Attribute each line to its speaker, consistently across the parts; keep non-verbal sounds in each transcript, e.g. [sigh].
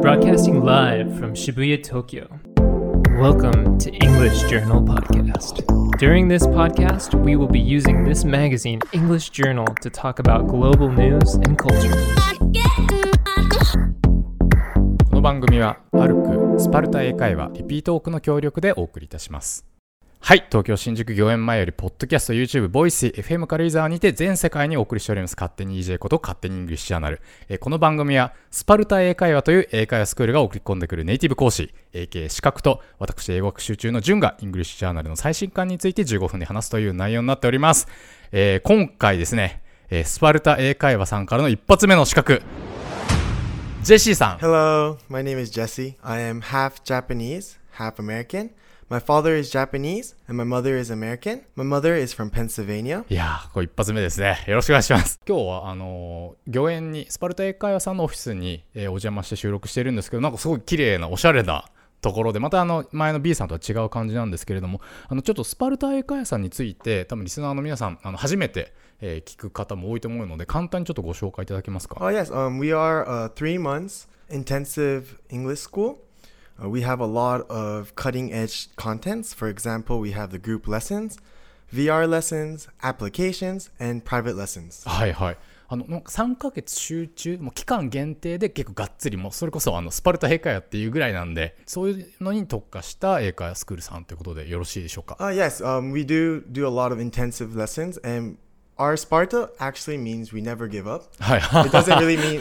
Speaker 1: Broadcasting live from Shibuya, Tokyo. Welcome to English Journal Podcast. During this podcast, we will be using this magazine, English Journal, to talk about global news and culture.
Speaker 2: この番組はアルクスパルタ英会話リピートオークの協力でお送りいたしますはい東京新宿御苑前よりポッドキャスト YouTube ボイス FM 軽井沢にて全世界にお送りしております勝手に EJ こと勝手にイングリッシュジャーナル、えーこの番組はスパルタ英会話という英会話スクールが送り込んでくるネイティブ講師 AK 資格と私英語学習中の純がイングリッシュジャーナルの最新刊について15分で話すという内容になっております、えー今回ですね、えースパルタ英会話さんからの一発目の資格ジェシーさん
Speaker 3: Hello, my name is Jesse. I am half Japanese, half American. My father is Japanese and my mother is American. My mother is from Pennsylvania.
Speaker 2: いやー、これ一発目ですね。よろしくお願いします。今日は、あのー御苑に、スパルタ英会話さんのオフィスに、えーお邪魔して収録してるんですけど、なんかすごい綺麗な、おしゃれなところで、またあの、前の B さんとは違う感じなんですけれども、あの、ちょっとスパルタ英会話さんについて、多分リスナーの皆さん、あの、初めて、えー聞く方も多いと思うので、簡単にちょっとご紹介いただけますか。
Speaker 3: Oh, yes, um, we are uh, three months intensive English school. Uh, we have a lot of cutting edge contents. For example, we have the group lessons, VR lessons, applications, and private lessons.
Speaker 2: はいはい。あのなんか3ヶ月集中もう期間限定で結構がっつりもうそれこそあのスパルタ英会話っていうぐらいなんでそういうのに特化した英会話スクールさんということでよろしいでしょうか
Speaker 3: Uh, yes, um, we do do a lot of intensive lessons, and our Sparta actually means we never give up.
Speaker 2: はい
Speaker 3: it doesn't really mean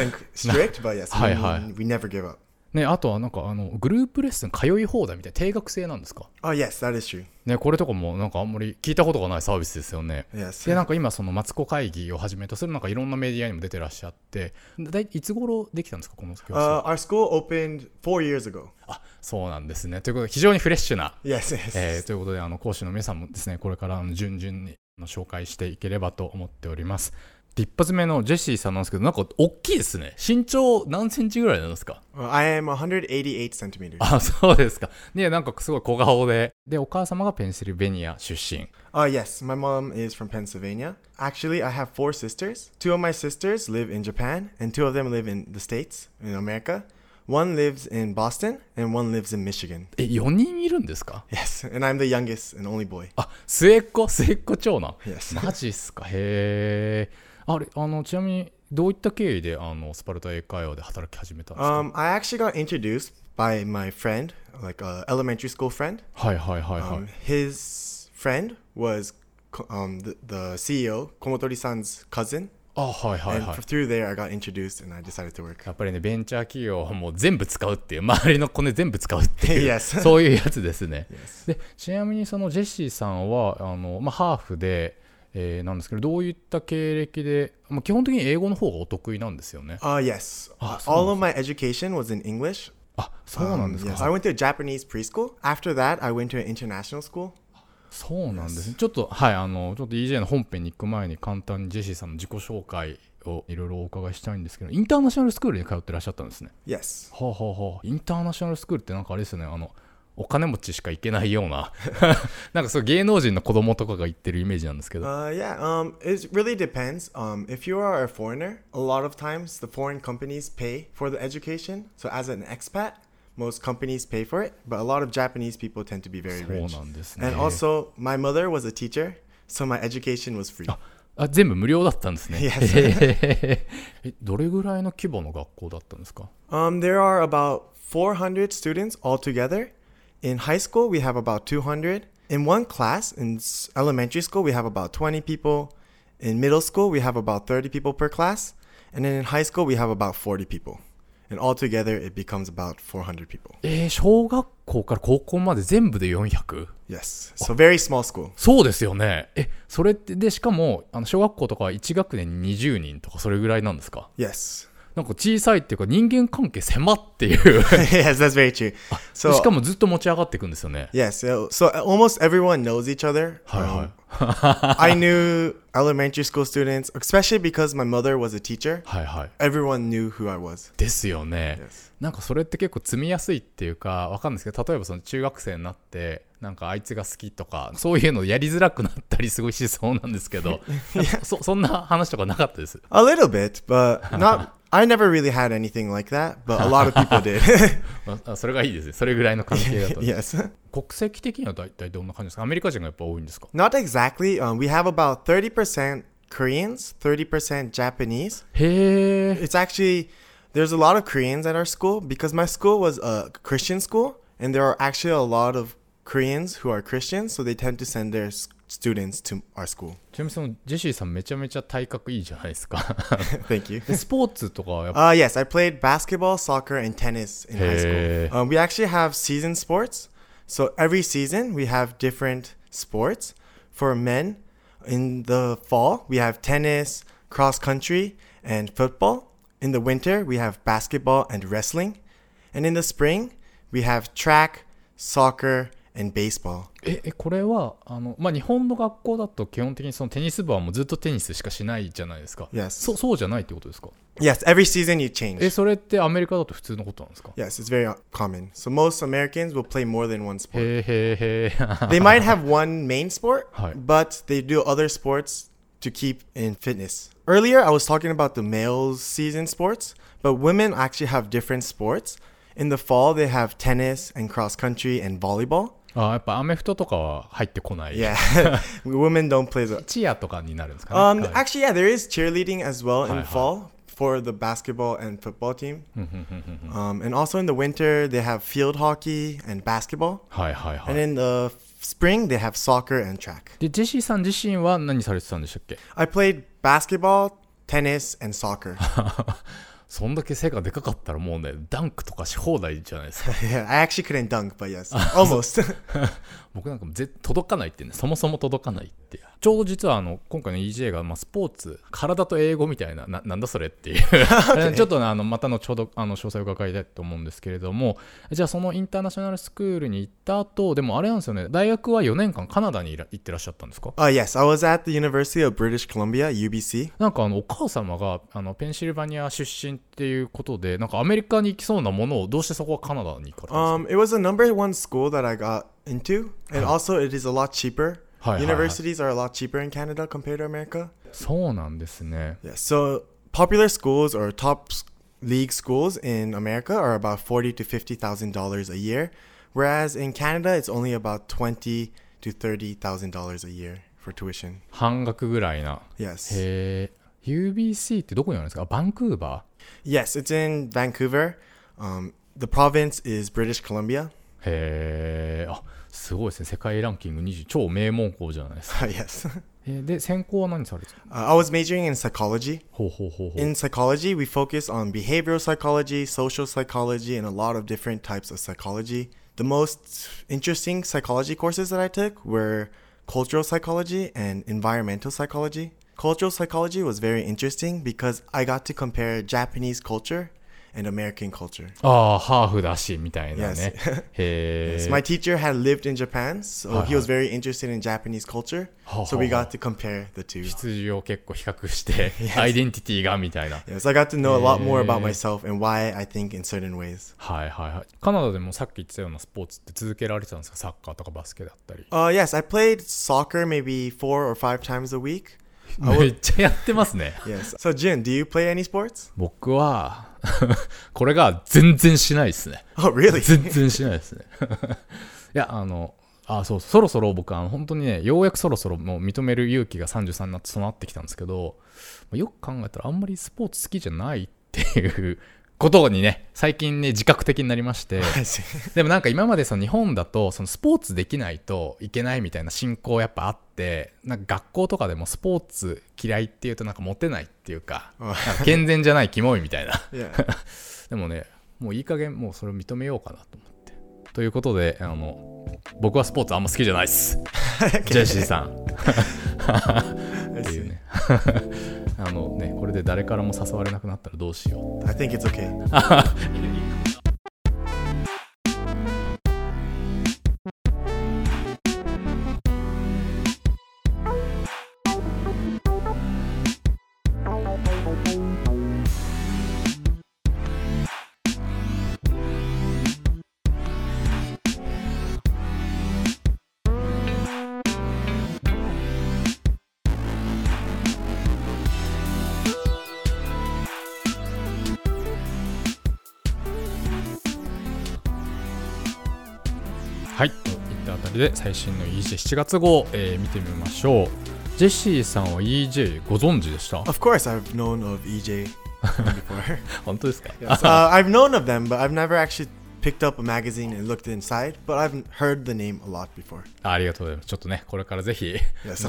Speaker 2: [laughs]
Speaker 3: and strict, but yes,
Speaker 2: Hi,
Speaker 3: we,
Speaker 2: hi.
Speaker 3: mean we never give up.
Speaker 2: [laughs] ねあとはなんかあのグループレッスン通い放題みたいな定額制なんですか
Speaker 3: Oh, yes, that is true.
Speaker 2: ねこれとかもなんかあんまり聞いたことがないサービスですよね
Speaker 3: Yes.
Speaker 2: でなんか今そのマツコ会議をはじめとするなんかいろんなメディアにも出てらっしゃってだいいつ頃できたんですかこの教室
Speaker 3: Uh, our school opened four years ago.
Speaker 2: あそうなんですねということで非常にフレッシュな
Speaker 3: Yes, [laughs] yes.
Speaker 2: えーということであの講師の皆さんもですねこれからあの順々にあの紹介していければと思っておりますで一発目のジェシーさんなんですけどなんか大きいですね身長何センチぐらいなんですか
Speaker 3: Uh, I am 188 centimeters.
Speaker 2: あそうですかねなんかすごい小顔ででお母様がペンシルベニア出身
Speaker 3: Uh, yes, my mom is from Pennsylvania. Actually, I have four sisters. Two of my sisters live in Japan, and two of them live in the States, in America. One lives in Boston, and one lives in Michigan. [laughs]
Speaker 2: え4人いるんですか
Speaker 3: Yes, and I'm the youngest and only boy.
Speaker 2: あ末っ子末っ子長男
Speaker 3: Yes.
Speaker 2: マジっすかへえあれあのちなみにどういった経緯であのスパルタ英会話で働き始めたんですか、
Speaker 3: Um, I actually got introduced by my friend, like a elementary school friend.
Speaker 2: はいはいはいはい、
Speaker 3: Um, his friend was co- um, the, the CEO, Komotori-san's cousin.
Speaker 2: あはいはいはい
Speaker 3: And through there, I got introduced and I decided to work.
Speaker 2: やっぱりね、ベンチャー企業はもう全部使うっていう、周りのコネ全部使うっていう、
Speaker 3: Yes.
Speaker 2: そういうやつですね。
Speaker 3: Yes.
Speaker 2: で、ちなみにそのジェシーさんは、あのまあ、ハーフで、えーなんですけど、どういった経歴で、まあ、基本的に英語の方がお得意なんですよね。
Speaker 3: Uh, yes.
Speaker 2: Ah, so
Speaker 3: All of my education was in English. Um,
Speaker 2: あそうなんですか。
Speaker 3: yes. I went to a Japanese preschool. After that, I went to an international school.
Speaker 2: そうなんですね。ちょっと、はい、あの、ちょっと EJ の本編に行く前に、簡単にジェシーさんの自己紹介をいろいろお伺いしたいんですけど、インターナショナルスクールに通ってらっしゃったんですね。
Speaker 3: Yes.
Speaker 2: はあ、はあはあ、インターナショナルスクールってなんかあれですよねあのお金持ちしか行けないような [laughs] なんかそう芸能人の子供とかが行ってるイメージなんですけど、
Speaker 3: Uh, yeah. Um, it really depends. Um, if you are a foreigner, a lot of times the foreign companies pay for the education. So as an expat, most companies pay for it, but a lot of Japanese people tend to be very
Speaker 2: そう
Speaker 3: rich.
Speaker 2: なんですね
Speaker 3: And also, my mother was a teacher, so my education was free.
Speaker 2: あ全部無料だったんですね
Speaker 3: Yes.
Speaker 2: ええどれぐらいの規模の学校だったんですか
Speaker 3: Um, there are about 400 students altogether. In high school, we have about 200. In one class, in s- elementary school, we have about 20 people. In middle school, we have about 30 people per class. And then in high school, we have about 40 people. And altogether, it becomes about 400 people.
Speaker 2: えー小学校から高校まで全部で 400?
Speaker 3: Yes. So, very small school.
Speaker 2: そうですよねえそれってでしかもあの小学校とかは1学年に20人とかそれぐらいなんですか
Speaker 3: Yes. [laughs]
Speaker 2: なんか小さいっていうか人間関係狭っていう
Speaker 3: yes, that's very true. So,
Speaker 2: しかもずっと持ち上がっていくんですよね
Speaker 3: Yes, so, so uh, almost everyone knows each other. Um, I knew elementary school students, especially because my mother was a teacher.
Speaker 2: はいはい
Speaker 3: Everyone knew who I was.
Speaker 2: ですよね、
Speaker 3: Yes.
Speaker 2: なんかそれって結構積みやすいっていうかわかんないですけど例えばその中学生になってなんかあいつが好きとかそういうのやりづらくなったりすごい [laughs] しそうなんですけどなんかそそんな話とかなかったです
Speaker 3: A little bit, but not I never really had anything like that, but a lot of people did. [laughs]
Speaker 2: ああそれがいいですねそれぐらいの関係だと
Speaker 3: yes.
Speaker 2: 国籍的には大体どんな感じですかアメリカ人がやっぱ多いんですか
Speaker 3: Not exactly. Um, we have about 30% Koreans, 30% Japanese.
Speaker 2: へえ
Speaker 3: It's actually, there's a lot of Koreans at our school because my school was a Christian school, and there are actually a lot of Koreans who are Christians, so they tend to send their s- students to our school. [laughs]
Speaker 2: ちなみにそのジェシーさんめちゃめちゃ体格いいじゃないですか
Speaker 3: Thank you.
Speaker 2: [laughs] でスポーツとかはやっぱ
Speaker 3: Uh, yes, I played basketball, soccer, and tennis in high
Speaker 2: Hey.
Speaker 3: school. Um, we actually have season sports. So every season, we have different sports. For men, in the fall, we have tennis, cross country, and football. In the winter, we have basketball and wrestling. And in the spring, we have track, soccer, and baseball.
Speaker 2: ええこれはあの、まあ、日本の学校だと基本的にそのテニス部はもうずっとテニスしかしないじゃないですか
Speaker 3: Yes.
Speaker 2: そそうじゃないってことですか
Speaker 3: Yes, every season you change.
Speaker 2: えそれってアメリカだと普通のことなんですか
Speaker 3: yes, it's very uh, common. So most Americans will play more than one sport.
Speaker 2: へえへえへ
Speaker 3: they might have one main sport,
Speaker 2: Hi.
Speaker 3: but they do other sports to keep in fitness. Earlier, I was talking about the males' season sports, but women actually have different sports. In the fall, they have tennis and cross country and volleyball.
Speaker 2: [laughs] あやっぱアメフトとかは入ってこない
Speaker 3: Yeah, [laughs] women don't play the.
Speaker 2: チアとかになるんですかね、
Speaker 3: Um,
Speaker 2: はい
Speaker 3: actually, yeah, there is cheerleading as well
Speaker 2: Hi,
Speaker 3: in
Speaker 2: hi. Mm-hmm,
Speaker 3: fall for the basketball and football team. um, and also in the winter, they have field hockey and basketball.
Speaker 2: はいはいはい
Speaker 3: And in the spring, they have soccer and track.
Speaker 2: でジェシーさん自身は何されてたんでしたっけ
Speaker 3: I played basketball, tennis,
Speaker 2: [laughs]
Speaker 3: and soccer. [laughs]
Speaker 2: そんだけ背がでかかったらもうねダンクとかし放題じゃないですか
Speaker 3: yeah, I actually couldn't dunk, but yes,
Speaker 2: [laughs]
Speaker 3: almost.
Speaker 2: 僕なんかぜ届かないってねそもそも届かないっていうちょうど実はあの今回の EJ が、まあ、スポーツ体と英語みたいなななんだそれっていう [laughs] ちょっとねあのまたのちょうどあの詳細を伺いたいと思うんですけれどもじゃあそのインターナショナルスクールに行った後でもあれなんですよね大学は4年間カナダにいら行ってらっしゃったんですか
Speaker 3: uh, yes, I was at the University of British Columbia, UBC.
Speaker 2: なんかあのお母様があのペンシルバニア出身っていうことでなんかアメリカに行きそうなものをどうしてそこはカナダに行かれたんですか
Speaker 3: Um, it was a number one school that I got into, and also it is a lot cheaper.
Speaker 2: Hi, hi, hi.
Speaker 3: Universities are a lot cheaper in Canada compared to America.
Speaker 2: そうなんですね。
Speaker 3: Yeah, so popular schools or top s- league schools in America are about forty to fifty thousand dollars a year, whereas in Canada it's only about twenty to thirty thousand dollars a year for tuition.
Speaker 2: 半額ぐらいな。
Speaker 3: Yes.
Speaker 2: へえ。UBC ってどこにあるんですかバンクーバ
Speaker 3: Yes, it's in Vancouver. Um, the province is British Columbia. [laughs]
Speaker 2: ーへえ。あすごいですね。世界ランキング20、超名門校じゃないですか。
Speaker 3: yes. Uh,
Speaker 2: えーで、専攻は何されてるの
Speaker 3: I was majoring in psychology.
Speaker 2: ほうほうほうほう。
Speaker 3: In psychology, we focus on behavioral psychology, social psychology, and a lot of different types of psychology. The most interesting psychology courses that I took were cultural psychology and environmental psychology. Cultural psychology was very interesting because I got to compare Japanese culture and American culture.
Speaker 2: ああ、ハーフだし、みたいなね
Speaker 3: Yes.。
Speaker 2: へ
Speaker 3: So
Speaker 2: え。
Speaker 3: my teacher had lived in Japan, so
Speaker 2: Hi,
Speaker 3: he was
Speaker 2: hi.
Speaker 3: very interested in Japanese culture.
Speaker 2: Ho,
Speaker 3: So
Speaker 2: ho,
Speaker 3: we
Speaker 2: ho.
Speaker 3: got to compare the two.
Speaker 2: 羊を結構比較して、アイデンティティが、みたいな。
Speaker 3: Yeah, so I got to know a lot more about
Speaker 2: Yeah.
Speaker 3: myself and why I think in certain ways.
Speaker 2: はいはいはい。カナダでもさっき言ってたようなスポーツって続けられてたんですかサッカーとかバスケだったり。
Speaker 3: Uh, yes, I played soccer maybe four or five times a week.
Speaker 2: めっちゃやってますね。
Speaker 3: Yes. So Jin, do you play any sports? [laughs]
Speaker 2: 僕は [laughs] これが全然しないですね
Speaker 3: Oh, really?
Speaker 2: 全然 [laughs] しないですねいやあのあそうそろそろ僕あの本当にねようやくそろそろもう認める勇気が33になって備わってきたんですけどよく考えたらあんまりスポーツ好きじゃないっていうことにね最近ね自覚的になりまして
Speaker 3: [laughs]
Speaker 2: [laughs]
Speaker 3: I see.
Speaker 2: でもなんか今までその日本だとそのスポーツできないといけないみたいな信仰やっぱあってなんか学校とかでもスポーツ嫌いっていうとなんかモテないっていう [laughs] か
Speaker 3: あ
Speaker 2: なんか健全じゃないキモいみたいな
Speaker 3: Yeah.
Speaker 2: でもねもういい加減もうそれを認めようかなと思ってということであの僕はスポーツあんま好きじゃないっ [laughs] すジェシーさん
Speaker 3: I
Speaker 2: っていう
Speaker 3: see.
Speaker 2: ね [laughs] あのねこれで誰からも誘われなくなったらどうしよう
Speaker 3: I think it's okay.
Speaker 4: 「
Speaker 2: はいといったあたりで最新の EJ7 月号、えー見てみましょうジェシーさんは EJ ご存知でした
Speaker 3: Of course, I've known of EJ before.
Speaker 2: 本当ですか
Speaker 3: Yes. uh, I've known of them, but I've never actually picked up a magazine and looked inside. But I've heard the name a lot before.
Speaker 2: ありがとうございます。ちょっとね、これからぜひ、
Speaker 3: Yes,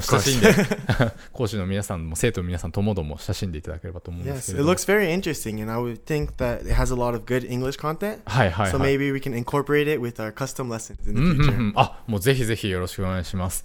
Speaker 2: 親
Speaker 3: of course.
Speaker 2: しんで、 [laughs] 講師の皆さんも生徒の皆さんともども親しんでいただければと思うんですけ
Speaker 3: Yes, it
Speaker 2: れども。
Speaker 3: looks very interesting, and I would think that it has a lot of good English content.
Speaker 2: はいはい、はい
Speaker 3: So maybe we can incorporate it with our custom lessons in
Speaker 2: うんう
Speaker 3: the
Speaker 2: んう
Speaker 3: future.
Speaker 2: ん。あ、もうぜひぜひよろしくお願いします。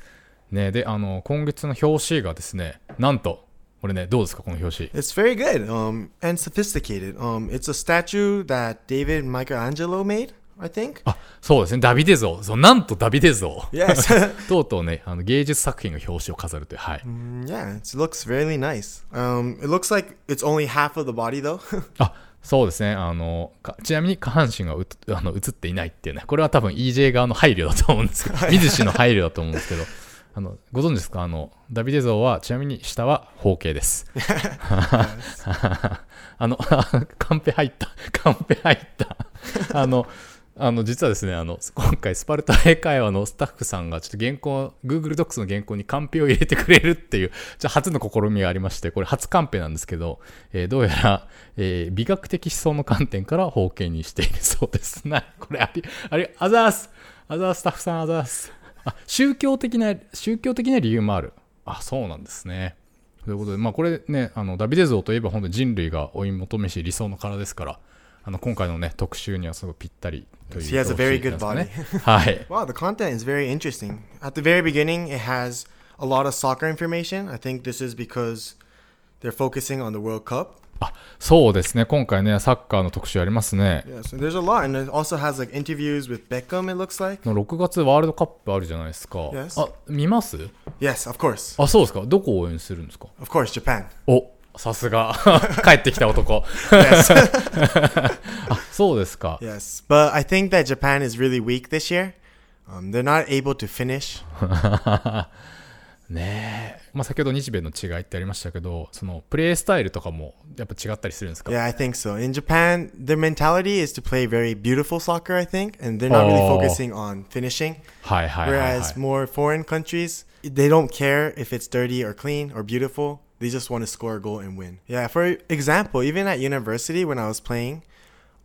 Speaker 2: ね、で、あの、今月の表紙がですね、なんと、これね、どうですか、この表紙。
Speaker 3: It's very good um, and sophisticated. Um, it's a statue that David Michelangelo made, I think.
Speaker 2: あ、そうですね、ダビデ像。そうなんとダビデ像。
Speaker 3: Yes. [laughs]
Speaker 2: とうとうね、あの芸術作品が表紙を飾るという、はい。
Speaker 3: Mm, yeah, it looks really nice. Um, it looks like it's only half of the body, though. [laughs]
Speaker 2: あそうですねあのかちなみに下半身がうつあの映っていないっていうねこれは多分 EJ 側の配慮だと思うんですけど水氏の配慮だと思うんですけどあのご存知ですかあのダビデ像はちなみに下は方形ですあのあカンペ入ったカンペ入ったあのあの実はですねあの今回スパルタ英会話のスタッフさんがちょっと原稿 Google Docs の原稿にカンペを入れてくれるっていうちょ初の試みがありましてこれ初カンペなんですけど、えーどうやら、えー美学的思想の観点から方形にしているそうですなこれありありあざーすあざーすスタッフさんあざーすあ宗教的な宗教的な理由もあるあそうなんですねということで、まあ、これね、あのダビデ像といえば本当に人類が追い求めし理想の体ですから、あの今回のね、特集にはすごいぴったりという
Speaker 3: He has a very good
Speaker 2: 表紙なんですかね。 [laughs] はい。
Speaker 3: wow, the content is very interesting. At the very beginning, it has a lot of soccer information. I think this is because they're focusing on the World Cup.
Speaker 2: あそうですね、今回ね、サッカーの特集ありますね。
Speaker 3: Yeah, so there's a lot, and it also has like interviews with Beckham. It looks like.
Speaker 2: の6月ワールドカップあるじゃないですか。
Speaker 3: Yes.
Speaker 2: あ見ます
Speaker 3: Yes, of course,
Speaker 2: あ、そうですか。どこを応援するんですか
Speaker 3: of course, Japan.
Speaker 2: おさすが。 [laughs] 帰ってきた男。
Speaker 3: Yes,
Speaker 2: [laughs] あそうですか。
Speaker 3: yes. But I think that Japan is really weak this year. Um, they're not able to finish.
Speaker 2: [laughs] ねえ。まあ、先ほど日米の違いってありましたけど、そのプレースタイルとかもやっぱ違ったりするんですか
Speaker 3: Yeah, I think so. In Japan, their mentality is to play very beautiful soccer, I think, and they're not really
Speaker 2: Oh.
Speaker 3: focusing on finishing.
Speaker 2: はいはいはい、はい。
Speaker 3: Whereas more foreign countries, they don't care if it's dirty or clean or beautiful. They just want to score a goal and win. Yeah, for example, even at university when I was playing,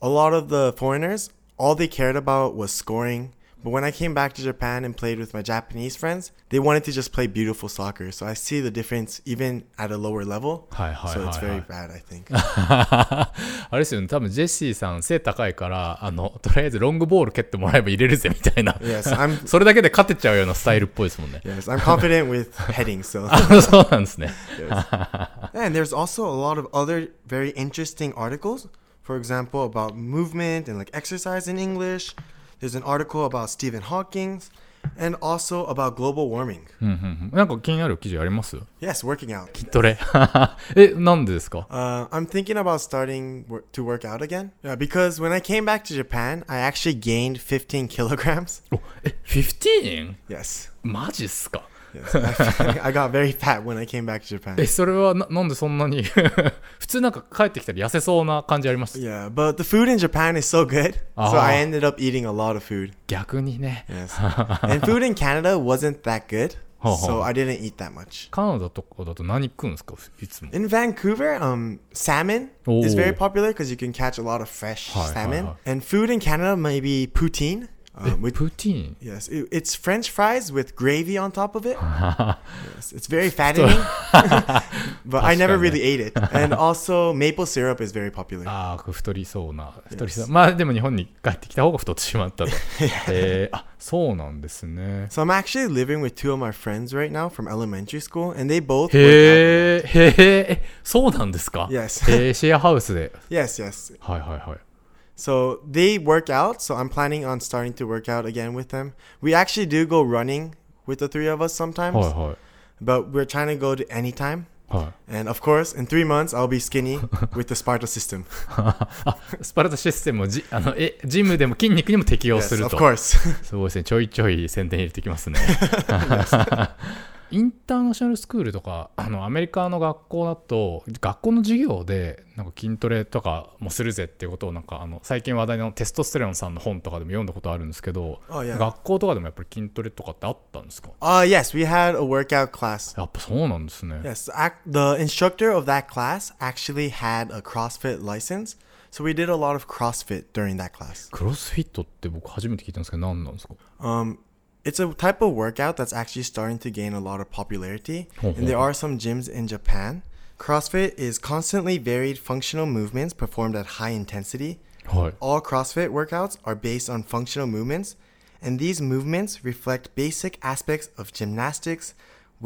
Speaker 3: a lot of the foreigners, all they cared about was scoring. But when I came back to Japan and played with my Japanese friends, they wanted to just play beautiful soccer. So I see the difference even at a lower level.
Speaker 2: Hi, hi,
Speaker 3: so it's
Speaker 2: hi,
Speaker 3: very
Speaker 2: hi.
Speaker 3: bad,
Speaker 2: [laughs]
Speaker 3: I think.
Speaker 2: [laughs] あれですよね、多分ジェシーさん背高いから、あの、とりあえずロングボール蹴ってもらえば入れるぜみたいな。
Speaker 3: Yes,
Speaker 2: [laughs]
Speaker 3: I'm-
Speaker 2: それだけで勝てちゃうようなスタイルっぽいですもんね。
Speaker 3: yes, I'm confident with heading, so.
Speaker 2: [laughs] あそうなんですね。
Speaker 3: And there's also a lot of other very interesting articles. For example, about movement and like exercise in English. There's an article about Stephen Hawking and also about global warming.
Speaker 2: うんうんうんなんか気になる記事あります
Speaker 3: Yes, working out.
Speaker 2: 筋トレ。 [laughs] え、なんでですか
Speaker 3: Uh, I'm thinking about starting wor- to work out again. Yeah, because when I came back to Japan, I actually gained 15 kilograms. [laughs]
Speaker 2: おえ、15?
Speaker 3: Yes.
Speaker 2: マジっすか
Speaker 3: yes. I, I got very fat when I came back to
Speaker 2: え、
Speaker 3: Japan.
Speaker 2: それはななんでそんなに [laughs] 普通なんか帰ってきたら痩せそうな感じあります。
Speaker 3: Yeah, but the food in Japan is so good. So
Speaker 2: Ah.
Speaker 3: I ended up eating a lot of food.
Speaker 2: 逆にね。 [laughs]
Speaker 3: Yes. and food in Canada wasn't that good,
Speaker 2: Ho, ho.
Speaker 3: so I didn't eat that much.
Speaker 2: カナダとかだと何食うんですかいつも。
Speaker 3: In Vancouver, um, salmon is
Speaker 2: Oh.
Speaker 3: very popular because you can catch a lot of fresh
Speaker 2: Hi, Eh. hi,
Speaker 3: salmon.
Speaker 2: hi.
Speaker 3: And food in Canada may be poutine,
Speaker 2: え
Speaker 3: um, which
Speaker 2: プーティーン
Speaker 3: yes, it, it's French fries with gravy on top of it. yes, it's very
Speaker 2: [laughs]
Speaker 3: fattening, [laughs] but I never
Speaker 2: Pascal,
Speaker 3: really
Speaker 2: [laughs]
Speaker 3: ate it. And also, maple syrup is very popular.
Speaker 2: ああ、太りそうな。太りそう。まあでも日本に帰ってきた方が太ってしまったと。えー、あそうなんですね。
Speaker 3: so I'm actually living with two of my friends right now from elementary school, and they both. work out.
Speaker 2: へえ、へーえ、そうなんですか
Speaker 3: Yes.
Speaker 2: えーシェアハウスで。
Speaker 3: [laughs] Yes, yes.
Speaker 2: はいはいはい。
Speaker 3: So they work out, so I'm planning on starting to work out again with them. We actually do go running with the three of us sometimes,
Speaker 2: はいは
Speaker 3: but we're trying to go to any time.
Speaker 2: い。はい [laughs]
Speaker 3: And of course, in three months, I'll be [laughs] skinny with the Sparta system.
Speaker 2: あスパルタシステムをじあのえジムでも筋肉にも適用す
Speaker 3: Yes,
Speaker 2: る
Speaker 3: of
Speaker 2: と。
Speaker 3: course.
Speaker 2: すごいですね。ちょいちょい宣伝入れてきますね。インターナショナルスクールとかあのアメリカの学校だと学校の授業でなんか筋トレとかもするぜっていうことをなんかあの最近話題のテストステロンさんの本とかでも読んだことあるんですけど、
Speaker 3: あいや
Speaker 2: 学校とかでもやっぱり筋トレとかってあったんですか
Speaker 3: [laughs] Uh, yes, we had a workout class.
Speaker 2: やっぱそうなんですね、
Speaker 3: Yes, ac- the instructor of that class actually had a CrossFit license, so we did a lot of CrossFit during that class.
Speaker 2: クロスフィットって僕初めて聞いたんですけど何なんですか
Speaker 3: Um, it's a type of workout that's actually starting to gain a lot of popularity, and there are some gyms in Japan. CrossFit is constantly varied functional movements performed at high intensity.
Speaker 2: はい、
Speaker 3: All CrossFit workouts are based on functional movements, and these movements reflect basic aspects of gymnastics,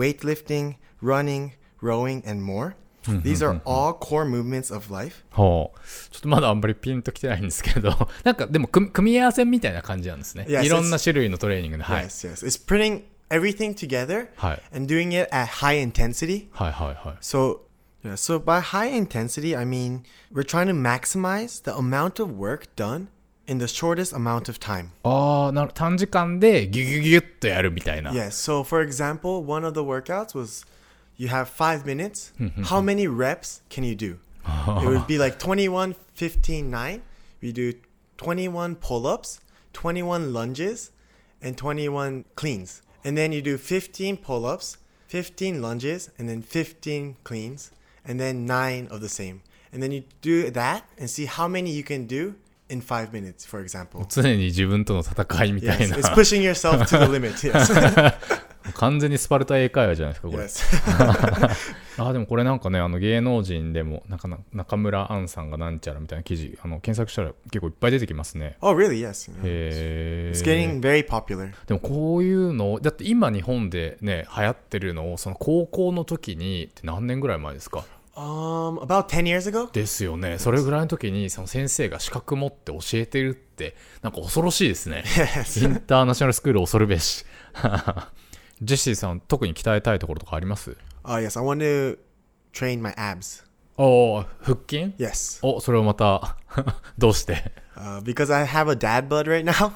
Speaker 3: weightlifting, running, rowing, and more. These are all core movements of life.
Speaker 2: はあ、ちょっとまだあんまりピンときてないんですけ [laughs] どなんかでも組組み合わせみたいな感じなんですね
Speaker 3: Yes,
Speaker 2: いろんな種類のトレーニングで、はい、
Speaker 3: Yes, yes. It's putting everything together
Speaker 2: Hi.
Speaker 3: and doing it at high intensity.
Speaker 2: はいはいはい
Speaker 3: So, yeah, so by high intensity, I mean we're trying to maximize the amount of work done in the shortest amount of time.
Speaker 2: ああなる短時間でギュギュギュギュッとやるみたいな
Speaker 3: Yes. So, for example, one of the workouts was you have five minutes. How many reps can you do? it would be like 21, 15, 9. We do 21 pull ups, 21 lunges, and 21 cleans. And then you do 15 pull ups, 15 lunges, and then 15 cleans, and then nine of the same. And then you do that and see how many you can do in five minutes, for example.
Speaker 2: 常に自分との戦いみた
Speaker 3: Yes,
Speaker 2: いな
Speaker 3: it's pushing yourself to the limit. Yes.
Speaker 2: [laughs]
Speaker 3: [laughs]
Speaker 2: 完全にスパルタ英会話じゃないですかこれ、
Speaker 3: yes.
Speaker 2: あーでもこれなんかねあの芸能人でもなんかな中村アンさんがなんちゃらみたいな記事あの検索したら結構いっぱい出てきますね
Speaker 3: Oh, really? Yes. Yeah.
Speaker 2: へー
Speaker 3: It's getting very popular.
Speaker 2: でもこういうのをだって今日本でね流行ってるのをその高校の時にって何年ぐらい前ですか
Speaker 3: Um, about 10 years ago?
Speaker 2: ですよねそれぐらいの時にその先生が資格持って教えてるってなんか恐ろしいです [laughs] ねインターナショナルスクール恐るべし [laughs] ジェシーさん特に鍛えたいところとかあります
Speaker 3: Uh, yes, I want to train my abs.
Speaker 2: おー腹筋
Speaker 3: Yes.
Speaker 2: おそれをまた [laughs] どうして
Speaker 3: Uh, because I have a dad bud right now.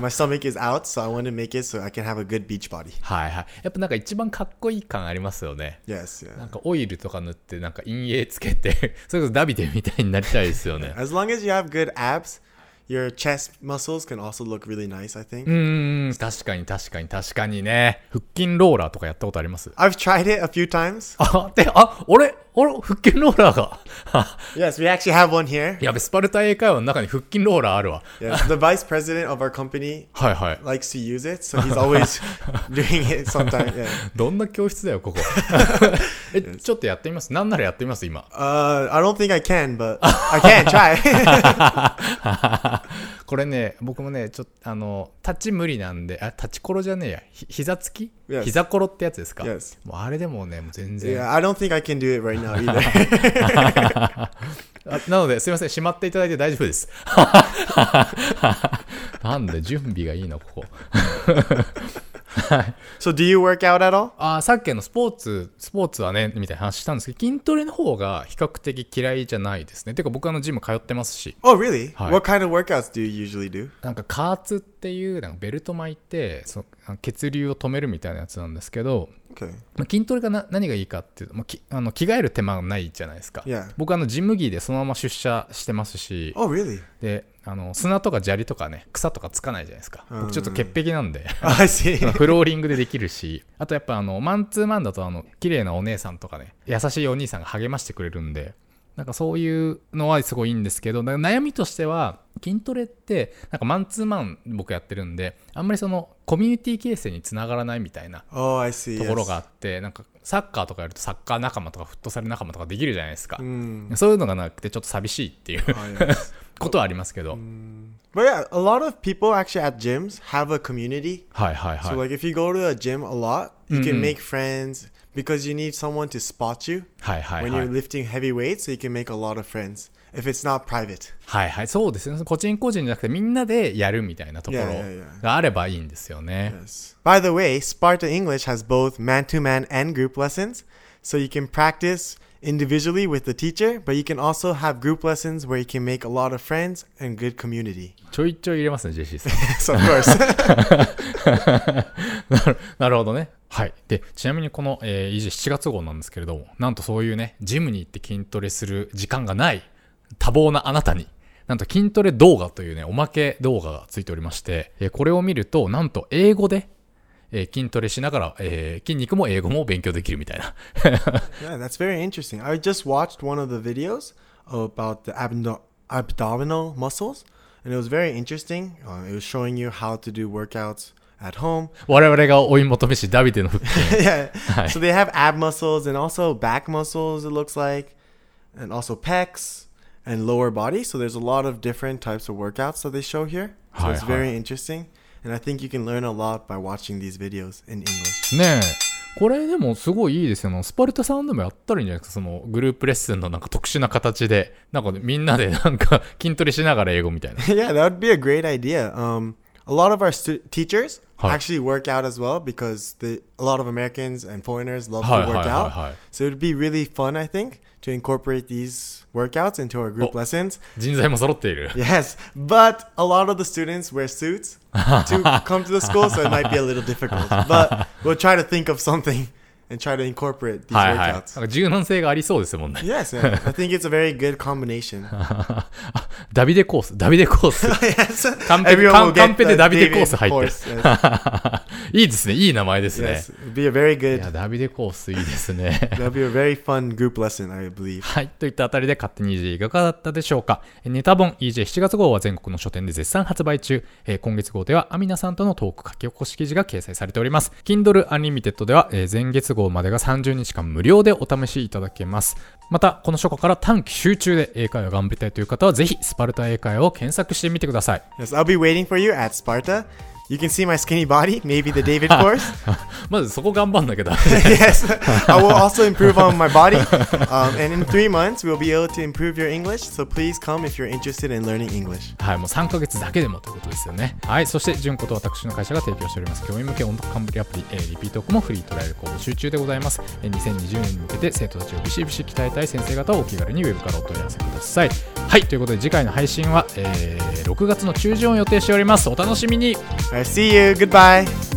Speaker 3: my stomach is out, so I want to make it so I can have a good beach body.
Speaker 2: はいはいやっぱなんか一番かっこいい感ありますよね
Speaker 3: Yes,
Speaker 2: な
Speaker 3: yeah.
Speaker 2: んかオイルとか塗ってなんか陰影つけて [laughs] それこそダビデみたいになりたいですよね
Speaker 3: As long as you have good abs, your chest muscles can also look really nice, I think.
Speaker 2: うーん確かに確かに確かにね腹筋ローラーとかやったことあります
Speaker 3: I've tried it a few times.
Speaker 2: あ、で、あ、俺、俺、腹筋ローラーが。 [laughs] あ
Speaker 3: Yes, we actually have one here.
Speaker 2: やべ、スパルタ英会話の中に腹筋ローラーあるわ。
Speaker 3: Yes, the vice president of our company
Speaker 2: はいはい。
Speaker 3: likes to use it, so he's always doing it sometime. Yeah.
Speaker 2: どんな教室だよ、ここ。 [laughs] え、ちょっとやってみます。なんならやってみます、今。
Speaker 3: Uh, I don't think I can, [laughs] but I can try.
Speaker 2: これね、僕もね、ちょっと、あの、立ち無理なんで、あ、立ちころじゃねえや。ひ膝つき
Speaker 3: Yes.
Speaker 2: 膝ころってやつですか
Speaker 3: Yes.
Speaker 2: もうあれでもね、もう全然。
Speaker 3: yeah, I don't think I can do it right now either. [laughs]
Speaker 2: あなので、すいません、しまっていただいて大丈夫です。 [laughs] なんで、準備がいいな、ここ。
Speaker 3: so, do you work out at all?
Speaker 2: あーさっきのスポーツ、スポーツはね、みたいな話したんですけど、筋トレの方が比較的嫌いじゃないですね。てか僕あのジム通ってますし、
Speaker 3: Oh, really?
Speaker 2: Hi.
Speaker 3: What kind of workouts do you usually do?
Speaker 2: なんか加圧っていう、なんかベルト巻いて、その血流を止めるみたいなやつなんですけど、
Speaker 3: Okay.
Speaker 2: まあ、筋トレがな何がいいかっていうと、まあ、きあの着替える手間がないじゃないですか。
Speaker 3: Yeah.
Speaker 2: 僕あのジム着でそのまま出社してますし、
Speaker 3: Oh, really?
Speaker 2: で、あの砂とか砂利とかね、草とかつかないじゃないですか。僕ちょっと潔癖なんで。
Speaker 3: Oh, [laughs] I see.
Speaker 2: [laughs] フローリングでできるし、あとやっぱあの、マンツーマンだとあの、綺麗なお姉さんとかね、優しいお兄さんが励ましてくれるんで、なんかそういうのはすごいいいんですけど、な悩みとしては、筋トレって、なんかマンツーマン僕やってるんで、あんまりその、コミュニティ形成につながらないみたいな
Speaker 3: [laughs] Oh, I see.
Speaker 2: ところ
Speaker 3: Yes.
Speaker 2: があって、なんかサッカーとかやるとサッカー仲間とかフットサル仲間とかできるじゃないですか。
Speaker 3: Mm.
Speaker 2: そういうのがなくてちょっと寂しいっていう [laughs]
Speaker 3: Oh, yes.
Speaker 2: ことはありますけど。
Speaker 3: but yeah, a lot of people actually at gyms have a community.
Speaker 2: はいはいはい。
Speaker 3: So, like, if you go to a gym a lot, you can make friends because you need someone to spot you
Speaker 2: はいはい
Speaker 3: when
Speaker 2: はい
Speaker 3: you're。lifting heavy weights, so you can make a lot of friends if it's not private.
Speaker 2: はいはい、そうですね。個人個人じゃなくてみんなでやるみたいなところ
Speaker 3: いやいやいや
Speaker 2: があればいいんですよね。
Speaker 3: Yes. By the way, Sparta English has both man to man and group lessons, so you can practice individually with the teacher, but you can also have group lessons where you can make a lot of friends and good community. [laughs]
Speaker 2: ちょいちょい入れますね、ジェシーさん。
Speaker 3: yes, of course.
Speaker 2: なるなるほどね。はい。で、ちなみにこの、えー、維持7月号なんですけれども、なんとそういうね、ジムに行って筋トレする時間がない多忙なあなたに、なんと筋トレ動画というね、おまけ動画がついておりまして、えーこれを見ると、なんと英語で、えー筋トレしながら、えー筋肉も英語も勉強できるみたい
Speaker 3: [laughs]
Speaker 2: な。 [laughs]
Speaker 3: Yeah, that's very interesting. I just watched one of the videos about the abdo- abdominal muscles, and it was very interesting. Uh, it was showing you how to do workouts at home.
Speaker 2: 我々が追い求めし、ダビデの腹筋
Speaker 3: [laughs] yeah. So they have ab muscles and also back muscles, it looks like, and also pecs and lower body. So there's a lot of different types of workouts that they show here. So
Speaker 2: Hi,
Speaker 3: it's
Speaker 2: hi.
Speaker 3: very interesting. And I think you can learn a lot by watching these videos in English. [laughs]
Speaker 2: ねえこれでもすごいいいですよねスパルタさんでもやったらいいんじゃないですかそのグループレッスンのなんか特殊な形でなんかねみんなで [laughs] なんか筋トレしながら英語みたいな
Speaker 3: yeah, that would be a great idea. Um, a lot of our stu- teachers
Speaker 2: Hi.
Speaker 3: actually work out as well because the, a lot of Americans and foreigners love
Speaker 2: Hi,
Speaker 3: to
Speaker 2: hi,
Speaker 3: work
Speaker 2: hi,
Speaker 3: out.
Speaker 2: hi.
Speaker 3: So it would be really fun, I think, to incorporate these workouts into our
Speaker 2: Oh.
Speaker 3: group lessons.
Speaker 2: 人材も揃ってい
Speaker 3: [laughs]
Speaker 2: る
Speaker 3: Yes, but a lot of the students wear suits to [laughs] come to the school, so it might be a little difficult. But we'll try to think of something and try to incorporate these
Speaker 2: はいはいなん
Speaker 3: workouts.
Speaker 2: か柔軟性がありそうですもんね
Speaker 3: Yes, [laughs] yeah, I think it's a very good [laughs] combination.
Speaker 2: あダビデコースダビデコー
Speaker 3: [laughs]
Speaker 2: ス
Speaker 3: yes,
Speaker 2: カンペ
Speaker 3: everyone
Speaker 2: カ
Speaker 3: will
Speaker 2: ンカン
Speaker 3: get
Speaker 2: ペで
Speaker 3: the
Speaker 2: ダビデ
Speaker 3: David
Speaker 2: コース入ってる
Speaker 3: course. [laughs] Yes,
Speaker 2: [laughs] いいですねいい名前ですね
Speaker 3: yes, it'd be a very
Speaker 2: いや
Speaker 3: good.
Speaker 2: ダビデコースいいですね
Speaker 3: That'll be a very fun group lesson, I believe.
Speaker 2: はい。といったあたりで勝手に EJ いかがだったでしょうか。えネタ本 EJ7 月号は全国の書店で絶賛発売中。えー今月号ではアミナさんとのトーク書き起こし記事が掲載されております。Kindle Unlimited では、えー前月号までが30日間無料でお試しいただけます。また、この書庫から短期集中で英会話を頑張りたいという方は、ぜひスパルタ英会話を検索してみてください。
Speaker 3: Yes, I'll be waiting for you at Sparta. You can see my skinny body, maybe the [laughs] David course.
Speaker 2: まずそこ頑張んなきゃだ
Speaker 3: [laughs] yes, I will also improve on my body. Um, and in three months, we'll be able to improve your English. So please come if you're interested in learning English.
Speaker 2: はい、もう3ヶ月だけでもということですよね。はい、そして、純子と私の会社が提供しております、教員向け音読カンブリアプリ、えーリピートークもフリートライアル講募集中でございます。えー2020年に向けて生徒たちをビシビシ鍛えたい先生方をお気軽にウェブからお問い合わせください。はい、ということで次回の配信は、えー6月の中旬を予定しております。お楽しみに
Speaker 3: All right, see you. Goodbye.